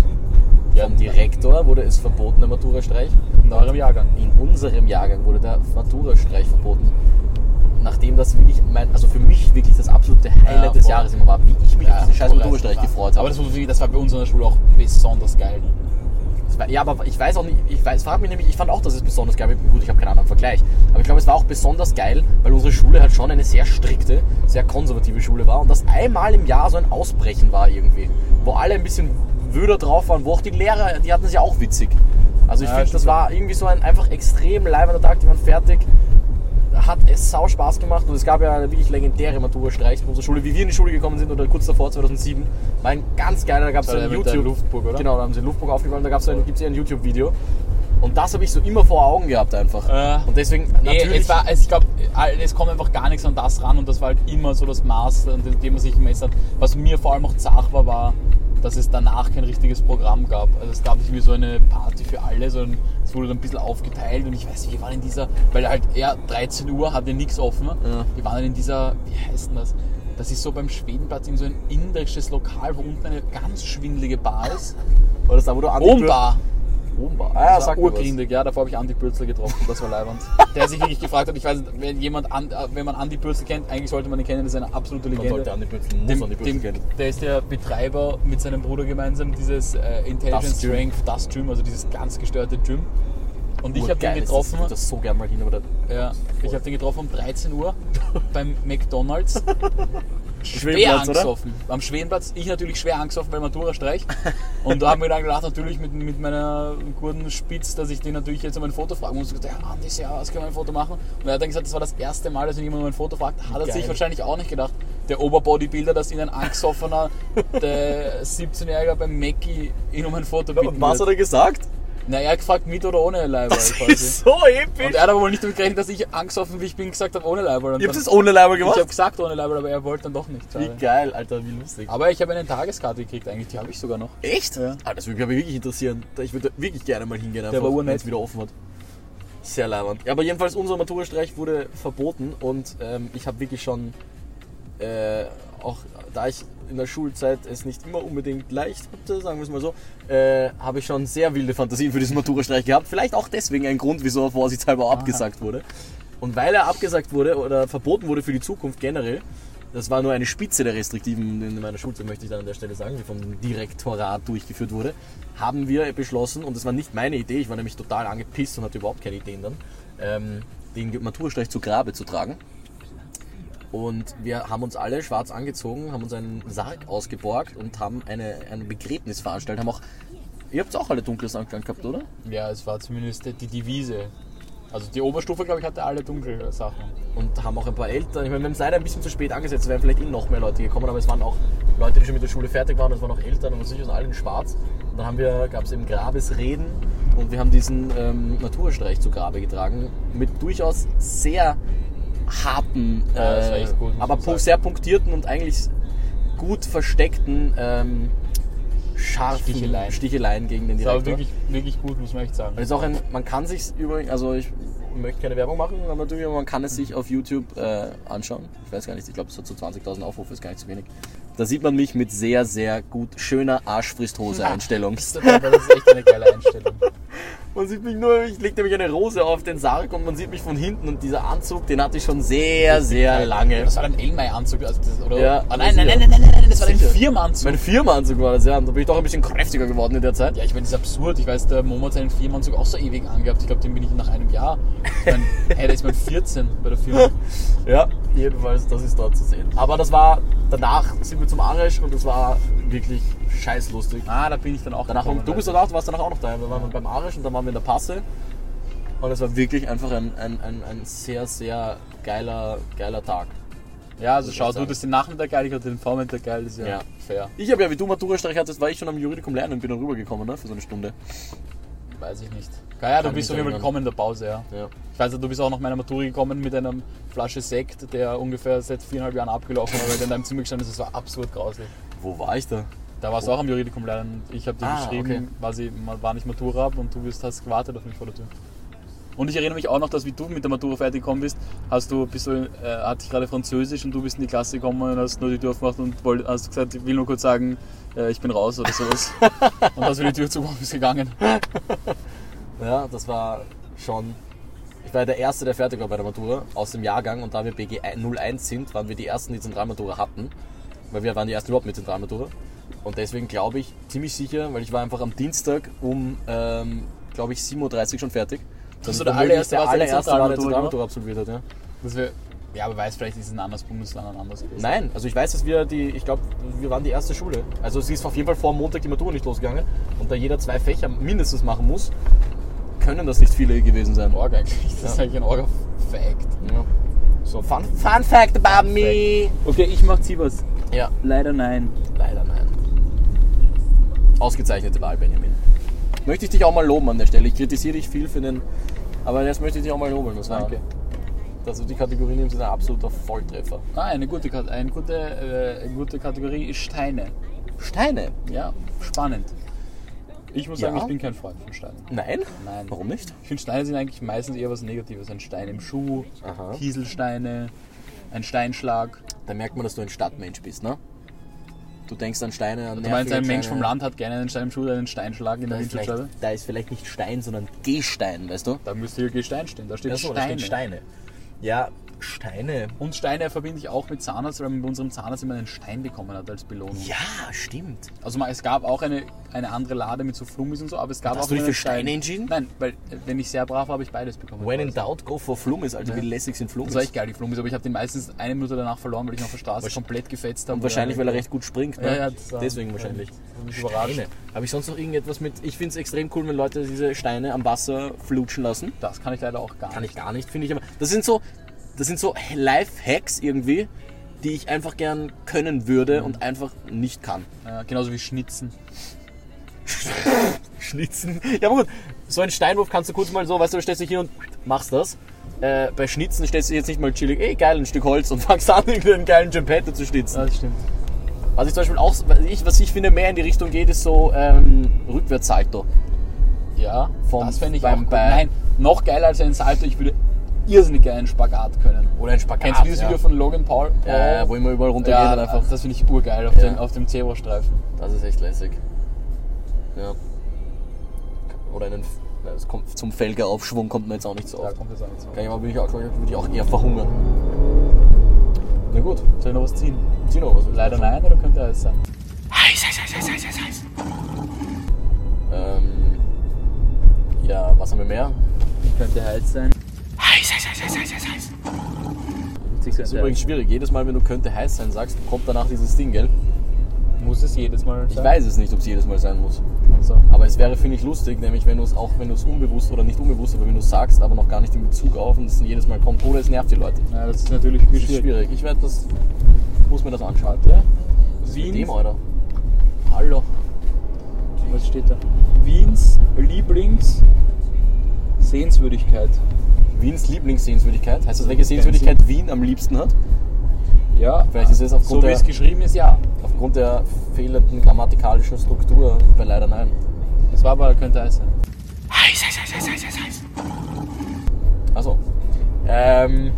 [SPEAKER 4] Ja,
[SPEAKER 3] Vom Direktor wurde es verboten, der Matura-Streich.
[SPEAKER 4] In eurem Jahrgang.
[SPEAKER 3] In unserem Jahrgang wurde der Matura-Streich verboten. Nachdem das wirklich, mein, also für mich wirklich das absolute Highlight des
[SPEAKER 4] voll.
[SPEAKER 3] Jahres immer war, wie ich mich auf diesen scheiß
[SPEAKER 4] voll
[SPEAKER 3] Matura-Streich
[SPEAKER 4] reißen.
[SPEAKER 3] gefreut habe.
[SPEAKER 4] Aber das, muss ich sagen, das war bei uns an der Schule auch besonders geil.
[SPEAKER 3] Das war- Ja, aber ich weiß auch nicht, ich weiß, frag mich nämlich, ich fand auch, dass es besonders geil war. Gut, ich habe keinen anderen Vergleich. Aber ich glaube, es war auch besonders geil, weil unsere Schule halt schon eine sehr strikte, sehr konservative Schule war und das einmal im Jahr so ein Ausbrechen war irgendwie. Wo alle ein bisschen wöder drauf waren, wo auch die Lehrer, die hatten es ja auch witzig. Also ich
[SPEAKER 4] Ja,
[SPEAKER 3] finde, das
[SPEAKER 4] stimmt.
[SPEAKER 3] war irgendwie so ein einfach extrem leibender Tag, die waren fertig. Hat es sau Spaß gemacht und es gab ja eine wirklich legendäre Matura-Streichs bei unserer Schule, wie wir in die Schule gekommen sind oder kurz davor, 2007. War ein ganz geiler, da gab es
[SPEAKER 4] war
[SPEAKER 3] so
[SPEAKER 4] der
[SPEAKER 3] einen
[SPEAKER 4] mit der
[SPEAKER 3] YouTube.
[SPEAKER 4] Luftburg, oder?
[SPEAKER 3] Genau, Genau, da haben sie Luftburg aufgeräumt, da gab's ein, gibt's ja ein YouTube-Video. Und das habe ich so immer vor Augen gehabt einfach.
[SPEAKER 4] Äh.
[SPEAKER 3] und deswegen
[SPEAKER 4] Nee,
[SPEAKER 3] natürlich.
[SPEAKER 4] es war, es, ich glaube, es kommt einfach gar nichts an das ran und das war halt immer so das Maß, an dem dem man sich gemessen hat. Was mir vor allem auch zach war, war, dass es danach kein richtiges Programm gab. Also es gab irgendwie so eine Party für alle, so ein, es Es wurde dann ein bisschen aufgeteilt und ich weiß nicht, wir waren in dieser, weil halt er 13 Uhr hatte nichts offen. Wir waren dann in dieser, wie heißt denn das? Das ist so beim Schwedenplatz in so ein indisches Lokal, wo unten eine ganz schwindelige Bar ist.
[SPEAKER 3] War das da, wo du Andi
[SPEAKER 4] Rombar!
[SPEAKER 3] Rombar. Ah,
[SPEAKER 4] Das war
[SPEAKER 3] sag mir was.
[SPEAKER 4] urgrindig, ja, davor habe ich Andi Bürzel getroffen, das war leibend. Der sich wirklich gefragt hat, ich weiß nicht, wenn jemand, an, äh, wenn man Andi Bürzel kennt, eigentlich sollte man ihn kennen, das ist eine absolute
[SPEAKER 3] Man
[SPEAKER 4] Legende.
[SPEAKER 3] sollte Andi Bürzel, muss Andi Bürzel
[SPEAKER 4] dem,
[SPEAKER 3] kennen.
[SPEAKER 4] der ist der Betreiber mit seinem Bruder gemeinsam dieses äh, Intelligence
[SPEAKER 3] Das Gym.
[SPEAKER 4] Strength, das Gym, also dieses ganz gestörte Gym. Und ich habe den
[SPEAKER 3] Urgeil ist das,
[SPEAKER 4] getroffen.
[SPEAKER 3] Ich würde das so gerne mal hin, aber da
[SPEAKER 4] Ja, ich habe den getroffen um 13 Uhr beim McDonalds. schwer
[SPEAKER 3] Schwedenplatz, oder?
[SPEAKER 4] angesoffen. Am Schwedenplatz. Ich natürlich schwer angesoffen, weil Matura streich. Und da haben wir dann gedacht, natürlich mit, mit meiner guten Spitz, dass ich den natürlich jetzt um ein Foto fragen muss. Und ich gesagt, ja, Andi, servus, können wir ein Foto machen? Und er hat dann gesagt, das war das erste Mal, dass ihn jemand um ein Foto fragt. Hat er
[SPEAKER 3] Geil.
[SPEAKER 4] sich wahrscheinlich auch nicht gedacht. Der Oberbodybuilder, dass ihn ein angesoffener, der 17-Jähriger beim Mackie ihn um ein Foto bitten
[SPEAKER 3] Und was hat
[SPEAKER 4] wird.
[SPEAKER 3] er gesagt?
[SPEAKER 4] Na, er hat gefragt, mit oder ohne Leiber
[SPEAKER 3] Das
[SPEAKER 4] quasi.
[SPEAKER 3] ist so episch.
[SPEAKER 4] Und er hat aber wohl nicht damit gerechnet, dass ich angesoffen, wie ich bin, gesagt habe, ohne Leiber. Und
[SPEAKER 3] Ihr habt
[SPEAKER 4] dann-
[SPEAKER 3] es ohne Leiber
[SPEAKER 4] ich habe
[SPEAKER 3] gemacht?
[SPEAKER 4] gesagt ohne Leiber, aber er wollte dann doch nicht.
[SPEAKER 3] Wie
[SPEAKER 4] schade.
[SPEAKER 3] geil, Alter, wie lustig.
[SPEAKER 4] Aber ich habe eine Tageskarte gekriegt eigentlich, die habe ich sogar noch.
[SPEAKER 3] Echt? Ah, das würde mich aber wirklich interessieren. Ich würde wirklich gerne mal hingehen,
[SPEAKER 4] war
[SPEAKER 3] einfach, wenn
[SPEAKER 4] urnett.
[SPEAKER 3] es wieder offen hat. Sehr leibend. Ja, aber jedenfalls, unser Matura-Streich wurde verboten und ähm, ich habe wirklich schon, äh, auch da ich in der Schulzeit es nicht immer unbedingt leicht hatte, sagen wir es mal so, äh, habe ich schon sehr wilde Fantasien für diesen Matura-Streich gehabt. Vielleicht auch deswegen ein Grund, wieso er vorsichtshalber abgesagt wurde. Und weil er abgesagt wurde oder verboten wurde für die Zukunft generell, das war nur eine Spitze der Restriktiven in meiner Schulzeit, möchte ich dann an der Stelle sagen, die vom Direktorat durchgeführt wurde, haben wir beschlossen, und das war nicht meine Idee, ich war nämlich total angepisst und hatte überhaupt keine Ideen dann, ähm, den Maturstreich zu Grabe zu tragen. Und wir haben uns alle schwarz angezogen, haben uns einen Sarg ausgeborgt und haben eine, ein Begräbnis veranstaltet. Haben auch, ihr habt auch alle dunkles Anklang gehabt, oder?
[SPEAKER 4] Ja, es war zumindest die Devise. Also die Oberstufe, glaube ich, hatte alle dunkle Sachen.
[SPEAKER 3] und haben auch ein paar Eltern. Ich meine, wir haben es leider ein bisschen zu spät angesetzt, es wären vielleicht eh noch mehr Leute gekommen, aber es waren auch Leute, die schon mit der Schule fertig waren, und es waren auch Eltern und was weiß ich, aus allen schwarz. Und dann haben wir, gab es eben Grabesreden und wir haben diesen ähm, Naturstreich zu Grabe getragen mit durchaus sehr harten, äh,
[SPEAKER 4] Ja, das war echt gut, muss
[SPEAKER 3] aber
[SPEAKER 4] man
[SPEAKER 3] pu-
[SPEAKER 4] sagen.
[SPEAKER 3] sehr punktierten und eigentlich gut versteckten, ähm, scharfen
[SPEAKER 4] Sticheleien.
[SPEAKER 3] Sticheleien gegen den
[SPEAKER 4] Das war
[SPEAKER 3] Direktor.
[SPEAKER 4] aber wirklich, wirklich gut, muss man echt sagen.
[SPEAKER 3] Und ist auch ein, man kann sich übrigens, also ich möchte keine Werbung machen, aber natürlich, aber man kann es sich auf YouTube äh, anschauen. Ich weiß gar nicht, ich glaube, es hat so 20.000 Aufrufe, ist gar nicht so wenig. Da sieht man mich mit sehr, sehr gut schöner Arschfristhose-Einstellung.
[SPEAKER 4] Das ist aber das ist echt eine geile Einstellung.
[SPEAKER 3] Man sieht mich nur, ich leg nämlich eine Rose auf den Sarg und man sieht mich von hinten und dieser Anzug, den hatte ich schon sehr, sehr lange.
[SPEAKER 4] Das war ein Elmay-Anzug, also das, oder?
[SPEAKER 3] Ja.
[SPEAKER 4] Ah, nein, nein, nein, nein, nein, nein, nein, das war ein
[SPEAKER 3] Sicher.
[SPEAKER 4] Firmenanzug.
[SPEAKER 3] Mein Firmenanzug war das, ja, und da bin ich doch ein bisschen kräftiger geworden in der Zeit.
[SPEAKER 4] Ja, ich meine, das ist absurd. Ich weiß, der Momo hat seinen Firmenanzug auch so ewig angehabt. Ich glaube, den bin ich nach einem Jahr. Ich meine, hey, da ist man 14 bei der Firma.
[SPEAKER 3] Ja, jedenfalls, das ist dort zu sehen. Aber das war, danach sind wir zum Arisch und das war wirklich scheißlustig.
[SPEAKER 4] Ah, da bin ich dann auch
[SPEAKER 3] Danach
[SPEAKER 4] gekommen,
[SPEAKER 3] waren, du bist danach, du warst danach auch noch da. Wir waren beim Arisch und dann waren wir in der Passe. Und es war wirklich einfach ein, ein, ein, ein sehr, sehr geiler, geiler Tag.
[SPEAKER 4] Ja, also schau,
[SPEAKER 3] ich
[SPEAKER 4] du
[SPEAKER 3] sagen.
[SPEAKER 4] hattest den Nachmittag geil, ich hatte den Vormittag geil, das ist ja,
[SPEAKER 3] Ja.
[SPEAKER 4] fair.
[SPEAKER 3] Ich habe ja, wie du Matura-Streich hattest, war ich schon am Juridikum lernen und bin dann rübergekommen, ne? Für so eine Stunde.
[SPEAKER 4] Weiß ich nicht. Ja, ja, du
[SPEAKER 3] Kann mich
[SPEAKER 4] bist auf jeden Fall
[SPEAKER 3] erinnern.
[SPEAKER 4] gekommen in der Pause, ja.
[SPEAKER 3] Ja.
[SPEAKER 4] Ich weiß, du bist auch nach meiner Matura gekommen mit einer Flasche Sekt, der ungefähr seit viereinhalb Jahren abgelaufen war, weil der in deinem Zimmer gestanden ist. Das war absurd grauslich.
[SPEAKER 3] Wo war ich da?
[SPEAKER 4] Da warst du auch am Juridikum lernen. Ich habe dir
[SPEAKER 3] Ah,
[SPEAKER 4] geschrieben,
[SPEAKER 3] okay.
[SPEAKER 4] quasi, man war nicht Matura ab und du bist, hast gewartet auf mich vor der Tür. Und ich erinnere mich auch noch, dass wie du mit der Matura fertig gekommen bist, hast du, bist du, äh, hatte ich gerade Französisch und du bist in die Klasse gekommen und hast nur die Tür aufgemacht und wollt, hast gesagt, ich will nur kurz sagen, äh, ich bin raus oder sowas. und hast du die Tür zugemacht und bist gegangen.
[SPEAKER 3] Ja, das war schon. Ich war der Erste, der fertig war bei der Matura aus dem Jahrgang und da wir BG 01 sind, waren wir die Ersten, die Zentralmatura hatten. Weil wir waren die Ersten überhaupt mit Zentralmatura. Und deswegen glaube ich ziemlich sicher, weil ich war einfach am Dienstag um, ähm, glaube ich, 7.30 Uhr schon fertig. Dass
[SPEAKER 4] Also
[SPEAKER 3] ich
[SPEAKER 4] der
[SPEAKER 3] womöglich
[SPEAKER 4] allererste
[SPEAKER 3] der
[SPEAKER 4] war, der die
[SPEAKER 3] allererste war, der
[SPEAKER 4] Zentralmatura
[SPEAKER 3] Zentralmatura absolviert hat.
[SPEAKER 4] genau.
[SPEAKER 3] Ja.
[SPEAKER 4] Das wär, ja, aber weiß, vielleicht ist es ein anderes Bundesland ein anderes gewesen.
[SPEAKER 3] Nein, also ich weiß, dass wir die, ich glaube, wir waren die erste Schule. Also es ist auf jeden Fall vor Montag die Matura nicht losgegangen. Und da jeder zwei Fächer mindestens machen muss, können das nicht viele gewesen sein.
[SPEAKER 4] Org eigentlich. Das ist eigentlich ein Orga-Fact.
[SPEAKER 3] Ja. So, fun, fun Fact about me.
[SPEAKER 4] Okay, ich mach Zibers.
[SPEAKER 3] Ja,
[SPEAKER 4] Leider nein.
[SPEAKER 3] leider nein. Ausgezeichnete Wahl, Benjamin. Möchte ich dich auch mal loben an der Stelle. Ich kritisiere dich viel für den. Aber jetzt möchte ich dich auch mal loben. Das war,
[SPEAKER 4] Danke.
[SPEAKER 3] Also die Kategorie nimmst ist ein absoluter Volltreffer.
[SPEAKER 4] Ah, eine gute, Kat- eine gute, äh, eine gute Kategorie ist Steine.
[SPEAKER 3] Steine.
[SPEAKER 4] Ja, spannend. Ich muss
[SPEAKER 3] Ja.
[SPEAKER 4] sagen, ich bin kein Freund von Steinen.
[SPEAKER 3] Nein?
[SPEAKER 4] Nein.
[SPEAKER 3] Warum nicht?
[SPEAKER 4] Ich finde, Steine sind eigentlich meistens eher was Negatives. Ein Stein im Schuh,
[SPEAKER 3] Aha.
[SPEAKER 4] Kieselsteine, ein Steinschlag.
[SPEAKER 3] Da merkt man, dass du ein Stadtmensch bist, ne? Du denkst an Steine, an
[SPEAKER 4] Du meinst, ein
[SPEAKER 3] nervige
[SPEAKER 4] Mensch vom
[SPEAKER 3] kleine-
[SPEAKER 4] Land hat gerne einen Stein im Schuh oder einen Steinschlag in
[SPEAKER 3] Da
[SPEAKER 4] der
[SPEAKER 3] ist,
[SPEAKER 4] Windschutzscheibe?
[SPEAKER 3] vielleicht, da ist vielleicht nicht Stein, sondern Gestein, weißt du?
[SPEAKER 4] Da müsste hier Gestein stehen. Da steht
[SPEAKER 3] Ja, so, da
[SPEAKER 4] Steine.
[SPEAKER 3] stehen Steine. Ja, Steine.
[SPEAKER 4] Und Steine verbinde ich auch mit Zahnarzt, weil man bei unserem Zahnarzt immer einen Stein bekommen hat als Belohnung.
[SPEAKER 3] Ja, stimmt.
[SPEAKER 4] Also ma- es gab auch eine, eine andere Lade mit so Flummis und so, aber es gab
[SPEAKER 3] Hast
[SPEAKER 4] auch
[SPEAKER 3] du dich
[SPEAKER 4] nur
[SPEAKER 3] für
[SPEAKER 4] einen Stein.
[SPEAKER 3] Steine entschieden?
[SPEAKER 4] Nein, weil äh, wenn ich sehr brav war, habe ich beides bekommen.
[SPEAKER 3] When in doubt, go for Flummis. Also wie lässig sind Flummis.
[SPEAKER 4] Das war echt geil, die Flummis, aber ich habe den meistens eine Minute danach verloren, weil ich ihn auf der Straße komplett gefetzt habe.
[SPEAKER 3] Und wahrscheinlich, weil er recht gut springt. Ne?
[SPEAKER 4] Ja, ja, das war-
[SPEAKER 3] Deswegen wahrscheinlich.
[SPEAKER 4] hat mich überrascht.
[SPEAKER 3] Steine. Habe ich sonst noch irgendetwas mit... Ich finde es extrem cool, wenn Leute diese Steine am Wasser flutschen lassen.
[SPEAKER 4] Das kann ich leider auch gar
[SPEAKER 3] Kann
[SPEAKER 4] nicht.
[SPEAKER 3] ich gar nicht, finde ich. Aber das sind so, das sind so Life-Hacks irgendwie, die ich einfach gern können würde und einfach nicht kann.
[SPEAKER 4] Äh, genauso wie Schnitzen.
[SPEAKER 3] Schnitzen. Ja, aber gut, so einen Steinwurf kannst du kurz mal so, weißt du, du stellst dich hin und machst das. Äh, bei Schnitzen stellst du dich jetzt nicht mal chillig, ey geil, ein Stück Holz und fangst an, irgendeinen geilen Geppetto zu schnitzen.
[SPEAKER 4] das stimmt.
[SPEAKER 3] Was ich zum Beispiel auch, was ich, was ich finde, mehr in die Richtung geht, ist so ähm, Rückwärtssalto.
[SPEAKER 4] Ja,
[SPEAKER 3] Vom-
[SPEAKER 4] das fände ich
[SPEAKER 3] beim
[SPEAKER 4] auch cool.
[SPEAKER 3] Bein.
[SPEAKER 4] Nein, noch geiler als ein Salto, ich würde irrsinnig gerne einen Spagat können.
[SPEAKER 3] Oder ein Spagat.
[SPEAKER 4] Kennst du dieses
[SPEAKER 3] Ah, ja.
[SPEAKER 4] Video von Logan Paul?
[SPEAKER 3] Äh, wo immer überall runtergeht
[SPEAKER 4] ja,
[SPEAKER 3] und einfach.
[SPEAKER 4] das finde ich urgeil auf,
[SPEAKER 3] Ja.
[SPEAKER 4] den, auf dem Zebrastreifen.
[SPEAKER 3] Das ist echt lässig. Ja. Oder einen. na, Das kommt, zum Felgeraufschwung kommt man jetzt auch nicht so
[SPEAKER 4] Da
[SPEAKER 3] oft.
[SPEAKER 4] kommt jetzt auch nichts mehr.
[SPEAKER 3] Kann ich aber, bin ich auch, glaube ich, würde ich auch eher verhungern. Na gut,
[SPEAKER 4] Soll ich noch was ziehen?
[SPEAKER 3] Zino, was willst du
[SPEAKER 4] Leider
[SPEAKER 3] sagen?
[SPEAKER 4] nein, oder könnte er es sein?
[SPEAKER 1] Heiß, heiß, heiß, heiß, heiß, heiß.
[SPEAKER 3] Ähm, ja, was haben wir mehr?
[SPEAKER 4] Könnte heiß sein.
[SPEAKER 1] Heiß, heiß, heiß, heiß, heiß, heiß, heiß.
[SPEAKER 4] Witzig
[SPEAKER 3] Das ist
[SPEAKER 4] könnte
[SPEAKER 3] übrigens
[SPEAKER 4] heiß.
[SPEAKER 3] schwierig. Jedes Mal, wenn du könnte heiß sein sagst, kommt danach dieses Ding, gell?
[SPEAKER 4] Muss es jedes Mal
[SPEAKER 3] Ich weiß es nicht, ob es jedes Mal sein muss.
[SPEAKER 4] So.
[SPEAKER 3] Aber es wäre, finde ich, lustig, nämlich wenn du es auch, wenn du es unbewusst oder nicht unbewusst, aber wenn du es sagst, aber noch gar nicht in Bezug auf und es dann jedes Mal kommt oder es nervt die Leute.
[SPEAKER 4] Ja, das ist natürlich
[SPEAKER 3] Das ist
[SPEAKER 4] schwierig.
[SPEAKER 3] schwierig. Ich werde das, muss mir das anschauen.
[SPEAKER 4] Warte.
[SPEAKER 3] Mit
[SPEAKER 4] Wien.
[SPEAKER 3] dem, Alter. Hallo.
[SPEAKER 4] Was steht da? Wiens Lieblings Sehenswürdigkeit.
[SPEAKER 3] Wiens Lieblingssehenswürdigkeit. Heißt das, welche Sehenswürdigkeit Wien am liebsten hat?
[SPEAKER 4] Ja.
[SPEAKER 3] Vielleicht ist es
[SPEAKER 4] so
[SPEAKER 3] aufgrund
[SPEAKER 4] wie
[SPEAKER 3] der-
[SPEAKER 4] es geschrieben ist, ja.
[SPEAKER 3] Aufgrund der fehlenden grammatikalischen Struktur bei leider nein.
[SPEAKER 4] Das war aber könnte heiß sein.
[SPEAKER 1] Heiß, heiß, heiß, heiß, heiß, heiß, heiß.
[SPEAKER 3] Also. Ähm.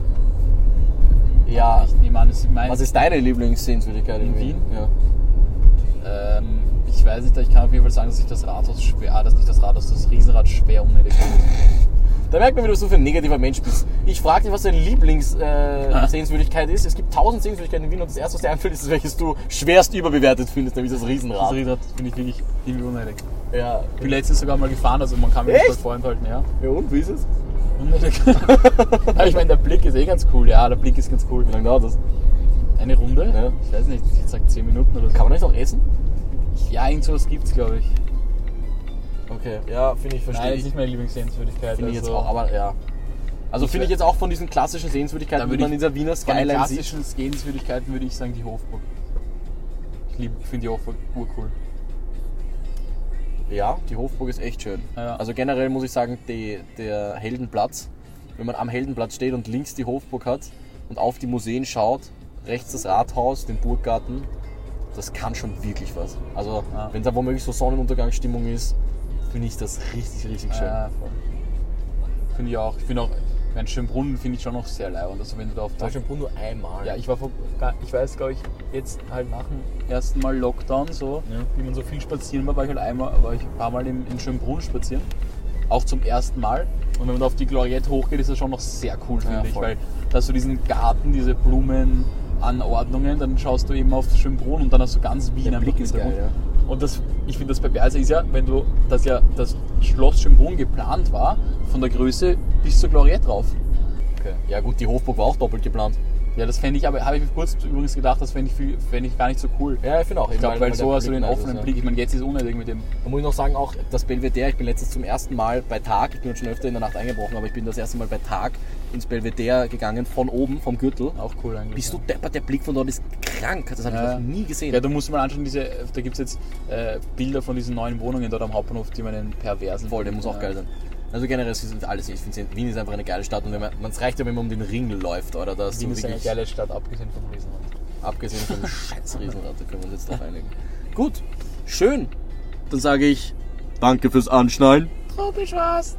[SPEAKER 3] Ja.
[SPEAKER 4] Ich nehme an, es ist mein.
[SPEAKER 3] Was ist deine Lieblingssehenswürdigkeit in,
[SPEAKER 4] In
[SPEAKER 3] Wien? Ja.
[SPEAKER 4] Ähm, ich weiß nicht, ich kann auf jeden Fall sagen, dass ich das Rathaus schwer, ah, dass nicht das Rathaus, das Riesenrad schwer unnötig finde.
[SPEAKER 3] Da merkt man, wie du so für ein negativer Mensch bist. Ich frage dich, was deine Lieblingssehenswürdigkeit äh,
[SPEAKER 4] Ah.
[SPEAKER 3] Sehenswürdigkeit ist. Es gibt tausend Sehenswürdigkeiten in Wien und das erste, was dir einfällt, ist, welches du schwerst überbewertet findest, nämlich das
[SPEAKER 4] Das
[SPEAKER 3] Riesenrad.
[SPEAKER 4] Riesenrad finde ich wirklich irgendwie unnötig.
[SPEAKER 3] Ja.
[SPEAKER 4] Ich bin letztens sogar mal gefahren, also man kann mich
[SPEAKER 3] Echt?
[SPEAKER 4] nicht voll vorenthalten, ja.
[SPEAKER 3] ja. Und wie ist es?
[SPEAKER 4] Unnötig. Aber ich meine, der Blick ist eh ganz cool, ja, der Blick ist ganz cool.
[SPEAKER 3] Wie lange dauert das?
[SPEAKER 4] Eine Runde?
[SPEAKER 3] Ja.
[SPEAKER 4] Ich weiß nicht, ich sag 10 Minuten oder so.
[SPEAKER 3] Kann man nicht noch essen?
[SPEAKER 4] Ja, irgend sowas gibt's, glaube ich.
[SPEAKER 3] Okay. Ja, finde ich,
[SPEAKER 4] Nein,
[SPEAKER 3] verstehe
[SPEAKER 4] das ist
[SPEAKER 3] ich.
[SPEAKER 4] nicht meine Lieblingssehenswürdigkeit.
[SPEAKER 3] Finde ich jetzt
[SPEAKER 4] also-
[SPEAKER 3] auch, aber ja. Also
[SPEAKER 4] Ich
[SPEAKER 3] finde ich
[SPEAKER 4] wär-
[SPEAKER 3] jetzt auch von diesen klassischen Sehenswürdigkeiten,
[SPEAKER 4] Dann
[SPEAKER 3] die
[SPEAKER 4] würde
[SPEAKER 3] man in
[SPEAKER 4] ich-
[SPEAKER 3] der Wiener
[SPEAKER 4] Von den
[SPEAKER 3] Skyline sieht.
[SPEAKER 4] klassischen Sehenswürdigkeiten würde ich sagen die Hofburg. Ich liebe, finde die Hofburg urcool.
[SPEAKER 3] Ja, die Hofburg ist echt schön.
[SPEAKER 4] Ja.
[SPEAKER 3] Also generell muss ich sagen, die, der Heldenplatz, wenn man am Heldenplatz steht und links die Hofburg hat und auf die Museen schaut, rechts das Rathaus, den Burggarten, das kann schon wirklich was. Also
[SPEAKER 4] Ja.
[SPEAKER 3] wenn da womöglich so Sonnenuntergangsstimmung ist, finde ich das richtig, richtig schön.
[SPEAKER 4] Ah, voll. Finde ich auch. Ich finde auch, mein Schönbrunn finde ich schon noch sehr leibend. Also wenn du da auf
[SPEAKER 3] war schon nur einmal.
[SPEAKER 4] Ja, ich war vor, gar- ich weiß, glaube ich, jetzt halt nach dem ersten Mal Lockdown so,
[SPEAKER 3] Ja.
[SPEAKER 4] wie man so viel spazieren war, war ich halt einmal, war ich ein paar Mal im, in Schönbrunn spazieren. Auch zum ersten Mal. Und wenn man da auf die Gloriette hochgeht, ist das schon noch sehr cool, finde
[SPEAKER 3] Ja,
[SPEAKER 4] ich.
[SPEAKER 3] voll.
[SPEAKER 4] Weil da hast du diesen Garten, diese Blumenanordnungen, dann schaust du eben auf Schönbrunn und dann hast du ganz Wien
[SPEAKER 3] Der
[SPEAKER 4] einfach
[SPEAKER 3] Blick ist
[SPEAKER 4] mit
[SPEAKER 3] geil,
[SPEAKER 4] Und das, ich finde das bei Berse ist ja, wenn du, dass ja das Schloss Schönbrunn geplant war, von der Größe bis zur Gloriette drauf.
[SPEAKER 3] okay. ja gut, die Hofburg war auch doppelt geplant.
[SPEAKER 4] Ja, das fände ich aber, habe ich mir kurz übrigens gedacht, das fände ich, viel- fände ich gar nicht so cool.
[SPEAKER 3] Ja, ich finde auch.
[SPEAKER 4] ich glaube, weil so hast du den offenen
[SPEAKER 3] Blick.
[SPEAKER 4] Blick. Ich meine, jetzt ist es unnötig mit dem.
[SPEAKER 3] Da muss ich noch sagen, auch das Belvedere, ich bin letztens zum ersten Mal bei Tag, ich bin jetzt schon öfter in der Nacht eingebrochen, aber ich bin das erste Mal bei Tag ins Belvedere gegangen, von oben, vom Gürtel.
[SPEAKER 4] Auch cool eigentlich.
[SPEAKER 3] Bist du
[SPEAKER 4] ja.
[SPEAKER 3] deppert, der Blick von dort ist krank, das habe ich
[SPEAKER 4] Ja.
[SPEAKER 3] noch nie gesehen.
[SPEAKER 4] Ja, du musst dir mal anschauen, diese, da gibt es jetzt äh, Bilder von diesen neuen Wohnungen dort am Hauptbahnhof, die man einen perversen.
[SPEAKER 3] Voll, der muss auch
[SPEAKER 4] Ja.
[SPEAKER 3] geil sein. Also generell, es ist alles, ich finde Wien ist einfach eine geile Stadt und wenn man, es reicht ja, wenn man um den Ring läuft, oder? Da hast
[SPEAKER 4] Wien
[SPEAKER 3] du
[SPEAKER 4] ist eine
[SPEAKER 3] wirklich,
[SPEAKER 4] geile Stadt, abgesehen vom Riesenland.
[SPEAKER 3] abgesehen vom scheiß Riesenrad, da können wir uns jetzt drauf einigen. Gut, schön, dann sage ich Danke fürs Anschnallen.
[SPEAKER 4] Tropisch was.